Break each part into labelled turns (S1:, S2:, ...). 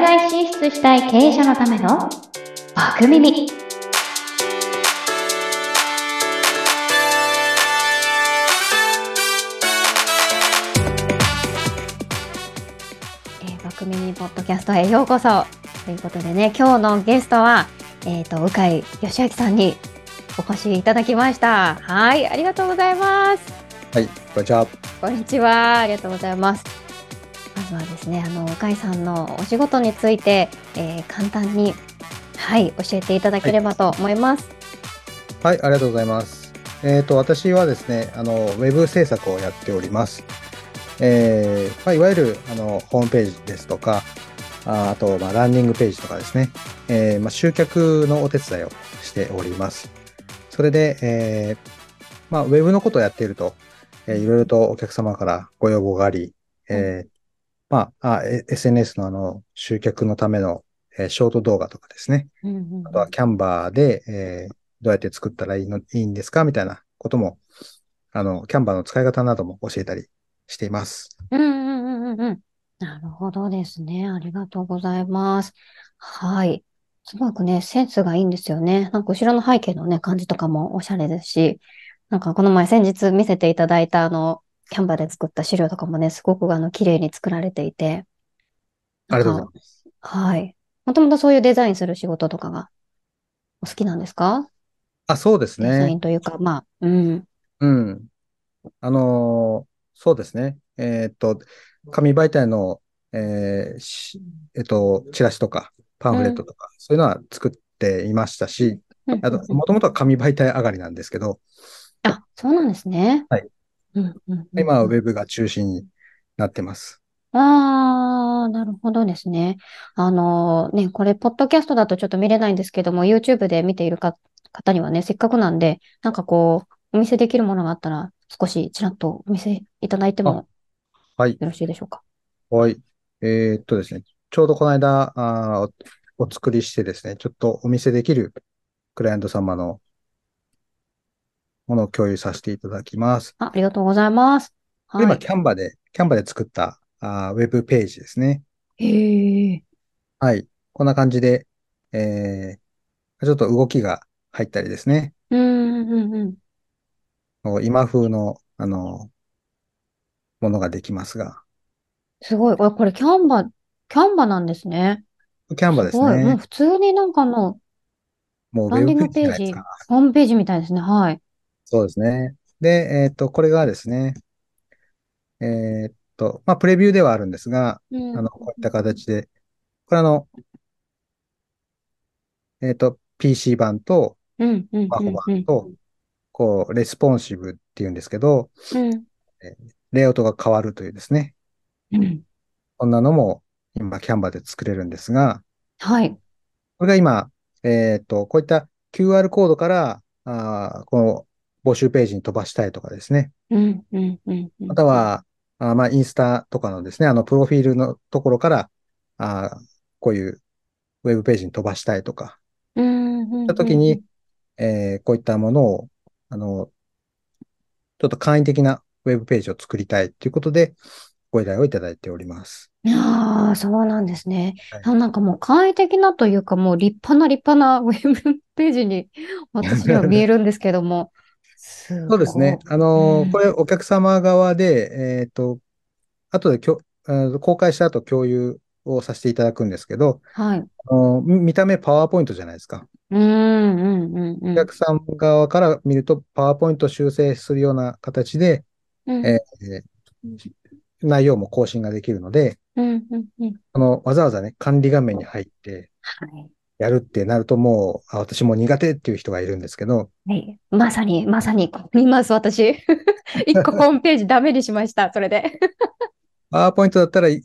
S1: 外進出したい経営者のためのバク耳。えー、バク耳ポッドキャストへようこそ。ということでね、今日のゲストは、えっ、と、鵜飼義明さんにお越しいただきました。はい、ありがとうございます。
S2: はい、こんにちは。
S1: こんにちは。ありがとうございます。まずはですね、あの、向井さんのお仕事について、えー簡単に、はい、教えていただければと思います。
S2: はい、ありがとうございます。えっ、と、私はですね、あの、ウェブ制作をやっております。えー、まあ、いわゆる、あの、ホームページですとか、ああと、まあ、ランニングページとかですね、えー、まあ、集客のお手伝いをしております。それで、えー、まあ、ウェブのことをやっていると、えー、いろいろとお客様からご要望があり、えー、まあ、あえ SNS のあの、集客のための、えーショート動画とかですね、
S1: うんうん
S2: あとはキャンバーで、えーどうやって作ったらいいの、いいんですかみたいなことも、あの、キャンバーの使い方なども教えたりしています。
S1: うんうんうんうんうん。なるほどですね。ありがとうございます。はい。すごくね、センスがいいんですよね。なんか後ろの背景のね、感じとかもおしゃれですし、なんかこの前先日見せていただいたあの、キャンバーで作った資料とかもね、すごくあの、綺麗に作られていて。
S2: ありがとうございます。
S1: はい。もともとそういうデザインする仕事とかがお好きなんですか
S2: あ、そうです
S1: デザイ
S2: ね。
S1: ンというか、まあ、うん。
S2: うん。あのーそうですね。えーっと、紙媒体の、えーしえっと、チラシとか、パンフレットとか、そういうのは作っていましたし、あと、もともとは紙媒体上がりなんですけど、
S1: あ、そうなんですね。
S2: はい。
S1: うん、うん。
S2: 今はウ
S1: 上。
S2: ェブが中心になってます。
S1: ああ、なるほどですね。あのね、これ、ポッドキャストだとちょっと見れないんですけども、YouTube で見ているか方にはね、せっかくなんで、なんかこう、お見せできるものがあったら、少しちらっとお見せいただいても
S2: はい。
S1: よろしいでしょうか。
S2: はい。えーっとですね、ちょうどこの間、あーお、お作りしてですね、ちょっとお見せできるクライアント様のものを共有させていただきます。
S1: あ、ありがとうございます。
S2: これ今、
S1: はい。
S2: キャンバで、キャンバで作ったあーウェブページですね。
S1: へえ。
S2: はい。こんな感じで、えー、ちょっと動きが入ったりですね、
S1: うん、うん、うん。
S2: こう今風の、あの、ものができますが、
S1: すごい。これ、これキャンバ、キャンバなんですね。
S2: キャンバです
S1: すごい。もう
S2: ね、
S1: 普通になんかの
S2: もうウ
S1: ラン
S2: ェ
S1: ディン
S2: ブ
S1: グ
S2: ページじ
S1: ペー
S2: ゃない
S1: ジ、
S2: ですか。
S1: ホームページみたいですね。はい。
S2: そうですね。で、えっと、これがですね、えーっと、まあ、プレビューではあるんですが、
S1: うん
S2: あの、こういった形で、これあの、えーっと、PC 版と、
S1: うん、うん、
S2: マ
S1: う
S2: ホ
S1: ん、う
S2: 版
S1: ん。
S2: と、こう、レスポンシブっていうんですけど、
S1: うん
S2: レイアウトが変わるというですね、
S1: うん。
S2: こんなのも今、キャンバーで作れるんですが、
S1: はい。
S2: これが今、えーっと、こういった QR コードから、あーこの募集ページに飛ばしたいとかですね、
S1: うん、うん、うん、うん。
S2: または、あまあ、インスタとかのですね、あの、プロフィールのところから、あこういうウェブページに飛ばしたいとか、
S1: うん、うん、うん。
S2: したときに、えーこういったものを、あの、ちょっと簡易的なウェブページを作りたいということで、ご依頼をいただいております。
S1: ああ、そうなんですね。
S2: はい
S1: あなんかもう簡易的なというか、もう立派な立派なウェブページ に私には見えるんですけども。す
S2: そうですね。あ
S1: う
S2: の
S1: ん、
S2: これ、お客様側で、えっと、後できょ、あの公開した後共有をさせていただくんですけど、
S1: ごい。はい。
S2: あの見た目パワーポイントじゃないですか。
S1: うん、うん、うん、う
S2: お
S1: ん。
S2: 客さん側から見ると、パワーポイント修正するような形で、
S1: うん、
S2: えー内容も更新ができるので、
S1: うん、うん、うん。
S2: あの、わざわざね、管理画面に入って
S1: はい。
S2: やるってなると、もう、あ、私もう苦手っていう人がいるんですけど、
S1: はい、まさに、まさに、ここにいます、私。 一個ホームページダメにしました、それで。
S2: パワーポイントだったらい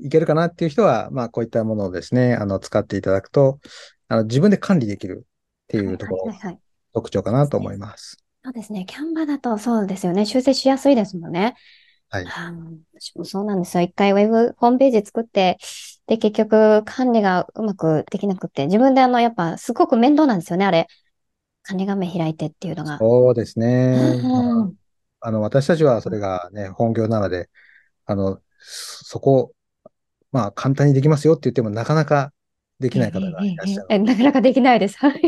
S2: いけるかなっていう人は、まあ、こういったものをですね、あの、使っていただくと、あの、自分で管理できるっていうとこ
S1: はい
S2: ろ、
S1: はいはい。
S2: 特徴かなと思います。
S1: そうですね、キャンバだとそうですよね、修正しやすいですもんね。
S2: はい
S1: あの私もそうなんですよ。一回ウェブホームページ作って、で、結局管理がうまくできなくって、自分であの、やっぱすごく面倒なんですよね、あれ。管理画面開いてっていうのが。
S2: そうですね。
S1: うん
S2: あの、私たちはそれがね、本業なので、あの、そそこをまあ、簡単にできますよって言っても、なかなかできない方がいらっしゃ
S1: ええええええ
S2: る。
S1: なかなかできないです。 はい。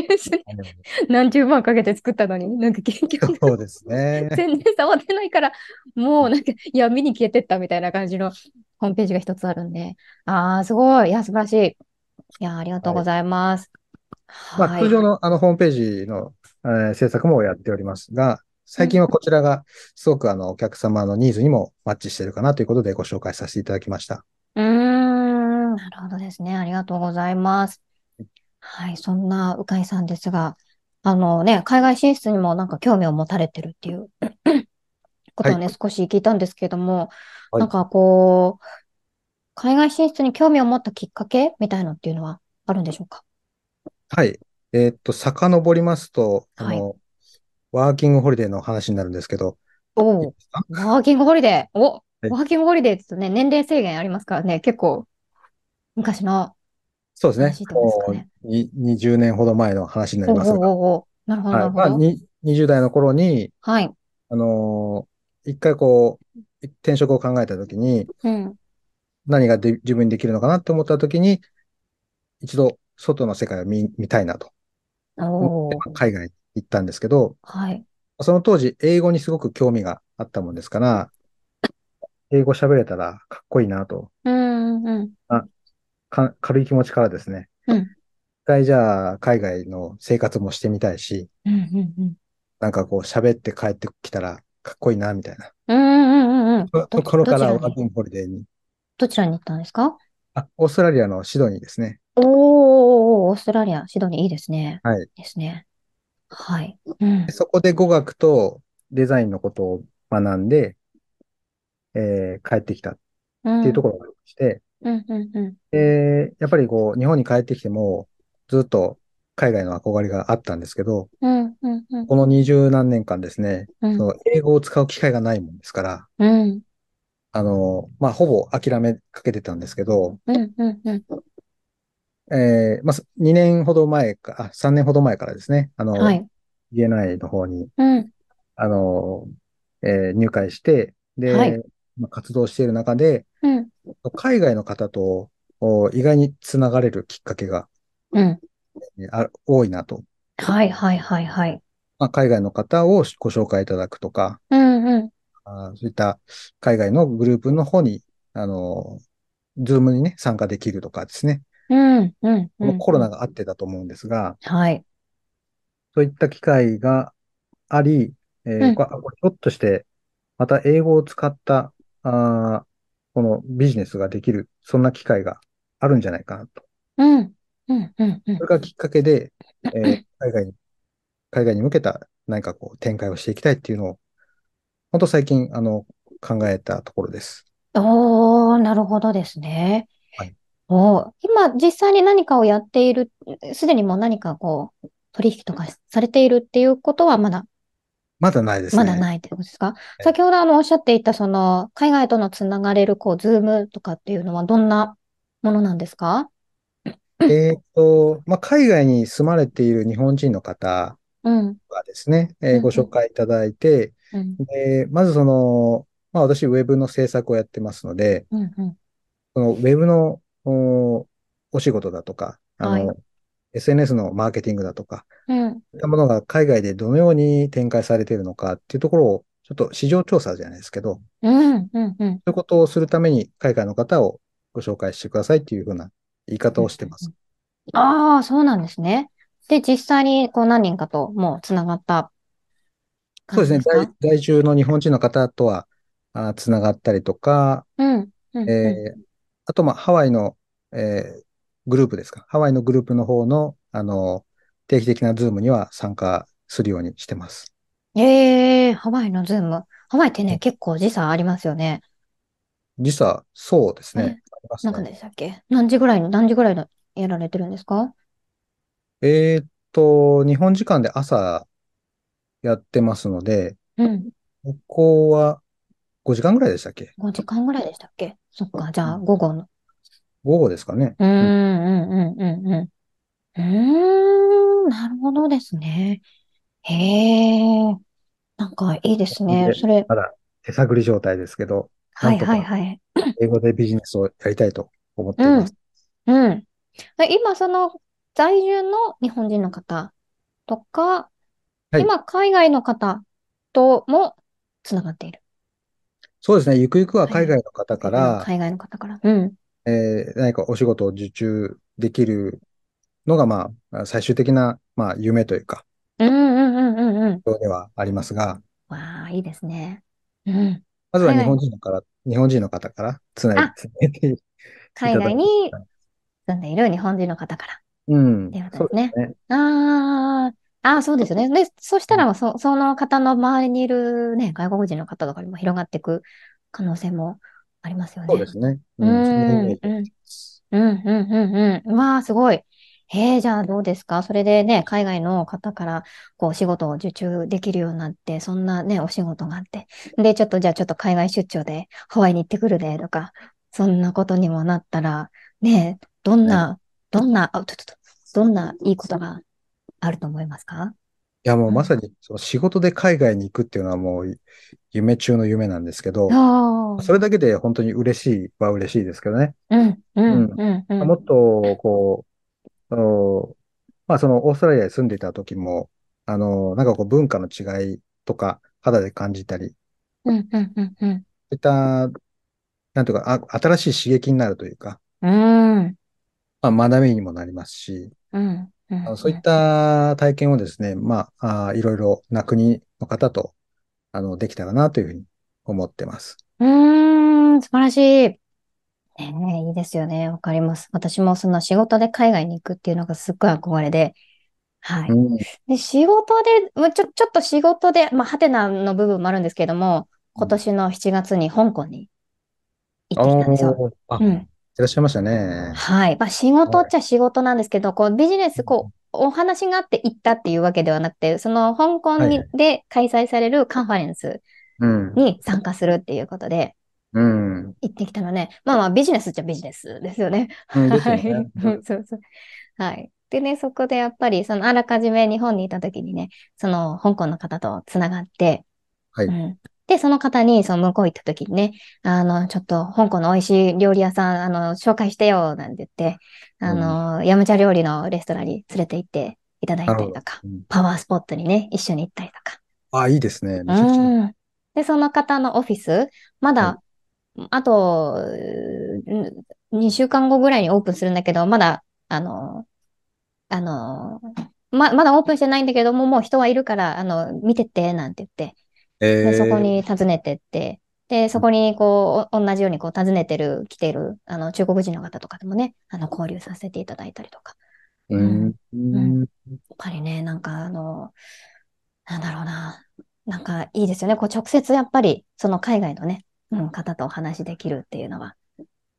S1: 何十万かけて作ったのに、なんか結局、
S2: そうですね。
S1: 全然触ってないから、もうなんか闇に消えてったみたいな感じのホームページが一つあるんで。ああ、すごい。いや、素晴らしい。いや、ありがとうございます。
S2: ま
S1: は
S2: あ、
S1: い。
S2: 通常のあのホームページの、えー制作もやっておりますが、最近はこちらがすごくあのお客様のニーズにもマッチしているかなということでご紹介させていただきました。
S1: うーん、なるほどですね。ありがとうございます。はい、そんな鵜飼さんですが、あのね、海外進出にもなんか興味を持たれてるっていう ことをね、少し聞いたんですけども、
S2: はい
S1: なんかこう、海外進出に興味を持ったきっかけみたいのっていうのはあるんでしょうか
S2: はい。えーっと、遡りますと、あの、ワーキングホリデーの話になるんですけど、
S1: おお、
S2: あ
S1: ワーキングホリデー。お、
S2: い
S1: ワーキングホリデーって言うとね、年齢制限ありますからね、結構昔の、
S2: そうですね
S1: 話してますかね。
S2: もうに20年ほど前の話にな
S1: お
S2: り
S1: お
S2: ますが、
S1: おおお、なるほど、な
S2: はい
S1: る
S2: ま
S1: ほ
S2: あ、
S1: ど。
S2: に20代の頃に、
S1: はい。
S2: あのー一回こう、転職を考えたときに、
S1: うん。
S2: 何がで自分にできるのかなと思ったときに、一度外の世界を見、見たいなと。
S1: おお、
S2: 海外に行ったんですけど、
S1: はい。
S2: その当時、英語にすごく興味があったもんですから、英語喋れたらかっこいいなと、
S1: うん、うん。
S2: か軽い気持ちからですね。
S1: うん
S2: 一回じゃあ、海外の生活もしてみたいし、
S1: うんうん
S2: なんかこう喋って帰ってきたらかっこいいな、みたいな。
S1: うん。うんうんうんうん。
S2: と
S1: ど
S2: ところか
S1: どち
S2: ら
S1: ら
S2: ワ
S1: に
S2: ーキングホリデーに。
S1: どちらに行ったんですか
S2: あ、オーストラリアのシドニーですね。
S1: おーおーおー、オーストラリア、シドニーいいですね。
S2: はい。
S1: ですね。はい。うん
S2: で。そこで語学とデザインのことを学んで、えー帰ってきたっていうところがありまして、
S1: うんうんうん。
S2: で、やっぱりこう、日本に帰ってきても、ずっと海外の憧れがあったんですけど、
S1: うんうんうん。
S2: この二十何年間ですね、
S1: うん
S2: その英語を使う機会がないもんですから、
S1: うん
S2: あの、まあ、ほぼ諦めかけてたんですけど、
S1: うんうんうん。
S2: えーまあ、2年ほど前か、あ、3年ほど前からですね、あの、
S1: はい。
S2: BNI の方に、
S1: うん
S2: あの、えー入会して、で、
S1: はい
S2: まあ活動している中で、
S1: うん
S2: 海外の方とお意外につながれるきっかけが、
S1: うん。
S2: えーあ多いなと
S1: はいはいはいはい。
S2: まあ、海外の方をご紹介いただくとか、
S1: うんうん。
S2: あーそういった海外のグループの方に、あの、ズームにね、参加できるとかですね。
S1: うんうん
S2: こ
S1: う
S2: の
S1: ん。
S2: コロナがあってだと思うんですが、
S1: はい。
S2: そういった機会があり、えー
S1: うん
S2: ここれひょっとして、また英語を使った、あーこのビジネスができる、そんな機会があるんじゃないかなと。
S1: うんうんうんうん
S2: それ。がきっかけで、えー海外に、海外に向けた何かこう展開をしていきたいっていうのを、本当最近、あの、考えたところです。
S1: おー、なるほどですね
S2: はい。
S1: おー、今実際に何かをやっている、すでにもう何かこう、取引とかされているっていうことはまだ、
S2: まだないです
S1: ま
S2: ね。
S1: だないってことですか先ほどあのおっしゃっていたその、海外とのつながれるこう、ズームとかっていうのはどんなものなんですか
S2: えっと、まあ、海外に住まれている日本人の方
S1: うん、
S2: がですね、
S1: うん
S2: え
S1: う
S2: ー
S1: ん
S2: ご紹介いただいて、
S1: うん、
S2: でまずその、まあ、私、ウェブの制作をやってますので、
S1: うん、うん。
S2: そのウェブのお、お仕事だとか、あの、
S1: は
S2: SNS のマーケティングだとか、
S1: うん、
S2: そういったものが海外でどのように展開されているのかっていうところを、ちょっと市場調査じゃないですけど、そ
S1: うん、うん、うん。
S2: ういうことをするために海外の方をご紹介してくださいっていうふうな言い方をしてます。
S1: ああ、そうなんですね。で、実際にこう何人かともうつながった
S2: そ
S1: 感
S2: うで
S1: じ
S2: すね。
S1: ですか
S2: 在在住の日本人の方とは、あ、つながったりとか、
S1: うん、うん、
S2: え
S1: うん。
S2: ーあと、まあ、ハワイの、えーグループですか。ハワイのグループの方の、あの、定期的なズームには参加するようにしてます。
S1: ええハワイのズーム。ハワイってね、結構時差ありますよね。
S2: 実は、そうですね。
S1: ね
S2: あります
S1: なんか
S2: ね。
S1: でしたっけ何時ぐらいの、何時ぐらいのやられてるんですか
S2: えーっと、日本時間で朝やってますので、
S1: うん。
S2: ここは5時間ぐらいでしたっけ
S1: 5時間ぐらいでしたっけそっか、じゃあ午後の。
S2: 午後ですかね。
S1: うーん、うん、うん、うん、うん。うーん、なるほどですね。へえ、なんかいいですね。
S2: で
S1: それ、
S2: まだ手探り状態ですけど、
S1: はい
S2: なんと
S1: はい
S2: か
S1: はい。
S2: 英語でビジネスをやりたいと思ってい
S1: うん
S2: ます。
S1: うん。え今、その在住の日本人の方とか、
S2: はい
S1: 今、海外の方ともつながっている。
S2: そうですね。ゆくゆくは海外の方か
S1: うん
S2: ら、
S1: 海外の方から。うん。
S2: えー何かお仕事を受注できるのが、まあ、最終的な、まあ、夢というか、
S1: うんうんうんうんうん。
S2: そうではありますが、
S1: わあ、いいですね。うん。
S2: まずは
S1: はい
S2: 日本人のから、日本人の方からつない
S1: あ
S2: つないでいただ
S1: 海外
S2: き
S1: に住んでいる日本人の方から。
S2: うん
S1: というこ。
S2: そ
S1: と
S2: う
S1: ですね。
S2: ですね。
S1: ああ、ああ、そうですよね。で、そしたら、そ、その方の周りにいるね、外国人の方とかにも広がっていく可能性もありますよ
S2: そう
S1: ね
S2: で。すね。
S1: う
S2: うん。そのイ
S1: ん、
S2: メージ
S1: うん、うん、うん、うん、うん。まあ、すごい。へえ、じゃあどうですかそれでね、海外の方から、こう、仕事を受注できるようになって、そんなね、お仕事があって。で、ちょっと、じゃあちょっと海外出張で、ハワイに行ってくるで、とか、そんなことにもなったら、ね、どんな、どんな、あ、ちょっと、ちょっとどんないいことがあると思いますか
S2: いや、もうまさに、その仕事で海外に行くっていうのはもう、夢中の夢なんですけど、
S1: ああ、
S2: それだけで本当に嬉しいは嬉しいですけどね。
S1: うん、うん、
S2: うん
S1: うん、うん。
S2: もっと、こう、あのまあ、その、オーストラリアに住んでいた時も、あの、なんかこう、文化の違いとか、肌で感じたり、そう
S1: うん、うん、うん、うん。
S2: いった、なんとか、あ、新しい刺激になるというか、
S1: うん、
S2: まあ、学びにもなりますし、
S1: うん、う
S2: あ
S1: ん
S2: のそういった体験をですね、まあ、あーいろいろな国の方と、あの、できたらなというふうに思ってます。
S1: うーん、素晴らしい。ねえ、いいですよね。わかります。私もその仕事で海外に行くっていうのがすっごい憧れで。はい。
S2: うん
S1: で、仕事で、まあちょ、ちょっと仕事で、まあ、ハテナの部分もあるんですけども、今年の7月に香港に行ってきたんですよ。
S2: おーあ、
S1: う
S2: い
S1: ん。
S2: らっしゃいましたね。
S1: はい。まあ、仕事っちゃ仕事なんですけど、こうビジネス、こう、お話があって行ったっていうわけではなくて、その香港に、
S2: はいは
S1: で開催されるカンファレンス
S2: うん。
S1: に参加するっていうことで
S2: うん。うん
S1: 行ってきたので、まあまあビジネスっちゃビジネスですよね。
S2: です
S1: は
S2: よ
S1: い。
S2: ね。
S1: うんそうそう。はい。でね、そこでやっぱり、その、あらかじめ日本にいた時にね、その、香港の方とつながって、
S2: はい
S1: うんで、その方に、その、向こう行った時にね、あの、ちょっと、香港の美味しい料理屋さん、あの、紹介してよ、なんて言って、あの、ヤムチャ料理のレストランに連れて行っていただいた
S2: なる
S1: り
S2: ほ
S1: と
S2: ど
S1: か、
S2: うん
S1: パワースポットにね、一緒に行ったりとか、
S2: あ、いいですね。めちゃくちゃ。
S1: うん。で、その方のオフィス、ま
S2: は
S1: だ、あと、2週間後ぐらいにオープンするんだけど、まだ、あの、あの、ま、まだオープンしてないんだけども、もう人はいるから、あの、見てって、なんて言って、
S2: え
S1: で、
S2: ー
S1: そこに訪ねてって、で、そこに、こう、お同じように、こう、訪ねてる、来てる、あの、中国人の方とかでもね、あの、交流させていただいたりとか。
S2: うん。
S1: んやっぱりね、なんかあの、なんだろうな、なんかいいですよね。こう直接やっぱり、その海外のね、うん、方とお話しできるっていうのは、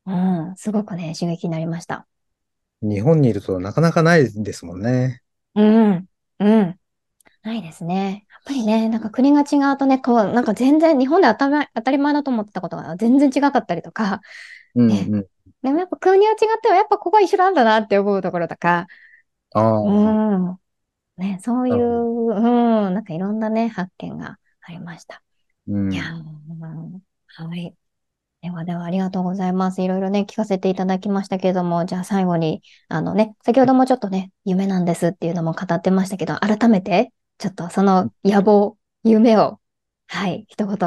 S1: うん、すごくね、刺激になりました。
S2: 日本にいるとなかなかないですもんね。
S1: うん、うん。ないですね。やっぱりね、なんか国が違うとね、こう、なんか全然日本で当たり前当たり前だと思ってたことが全然違かったりとか、
S2: うん
S1: ね
S2: うん。
S1: でもやっぱ国は違ってもやっぱここは一緒なんだなって思うところとか、
S2: ああ、
S1: うん。ね、そういう、
S2: なる
S1: うん、なんかいろんなね、発見がありました。
S2: うん
S1: いやー、うんはい。ではでは、ありがとうございます。いろいろね、聞かせていただきましたけれども、じゃあ最後に、あのね、先ほどもちょっとね、夢なんですっていうのも語ってましたけど、改めて、ちょっとその野望、夢を、はい、一言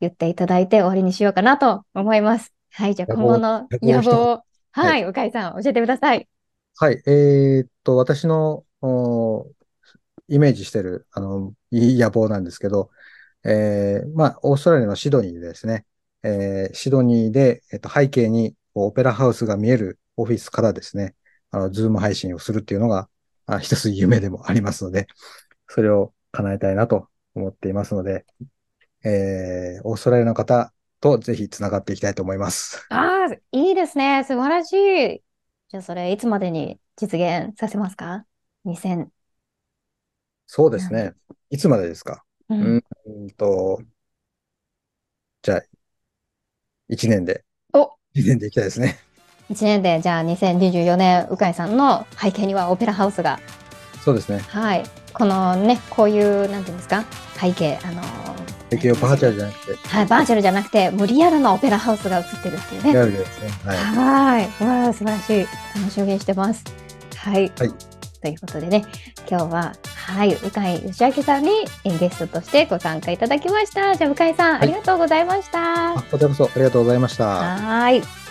S1: 言っていただいて終わりにしようかなと思います。はい、じゃあ今後の野
S2: 野望
S1: 望を、
S2: 望
S1: はい、鵜飼さん、教えてください。
S2: はい。えーっと、私の、おイメージしてる、あの、いい野望なんですけど、えー、まあ、オーストラリアのシドニーでですね、えー、シドニーで、えっと、背景にこうオペラハウスが見えるオフィスからですね、あの、ズーム配信をするっていうのが、あ、一つ夢でもありますので、それを叶えたいなと思っていますので、えー、オーストラリアの方とぜひつながっていきたいと思います。
S1: ああ、いいですね。素晴らしい。じゃあ、それ、いつまでに実現させますか ?2000。
S2: そうですね。いつまでですか
S1: うん
S2: うんうんと、じゃあ、1年で。
S1: お
S2: 1年でいきたいですね。
S1: 1年で、じゃあ2024年、鵜飼さんの背景にはオペラハウスが、
S2: そうですね。
S1: はい、このね、こういう、なんていうんですか、背景、あの、
S2: 適用バーチャルじゃなくて、
S1: はい、バーチャルじゃなくて、もうリアルなオペラハウスが映ってるっていうね。
S2: リアルですね。はい。
S1: はーい。わあ、素晴らしい。楽しみにしてます。はい。
S2: はい
S1: ということでね、今日は、はい、鵜飼義明さんにえーゲストとしてご参加いただきました。じゃあ、鵜飼さん、
S2: い
S1: ありがとうございました。
S2: あこちらこそありがとうございました。
S1: はーい。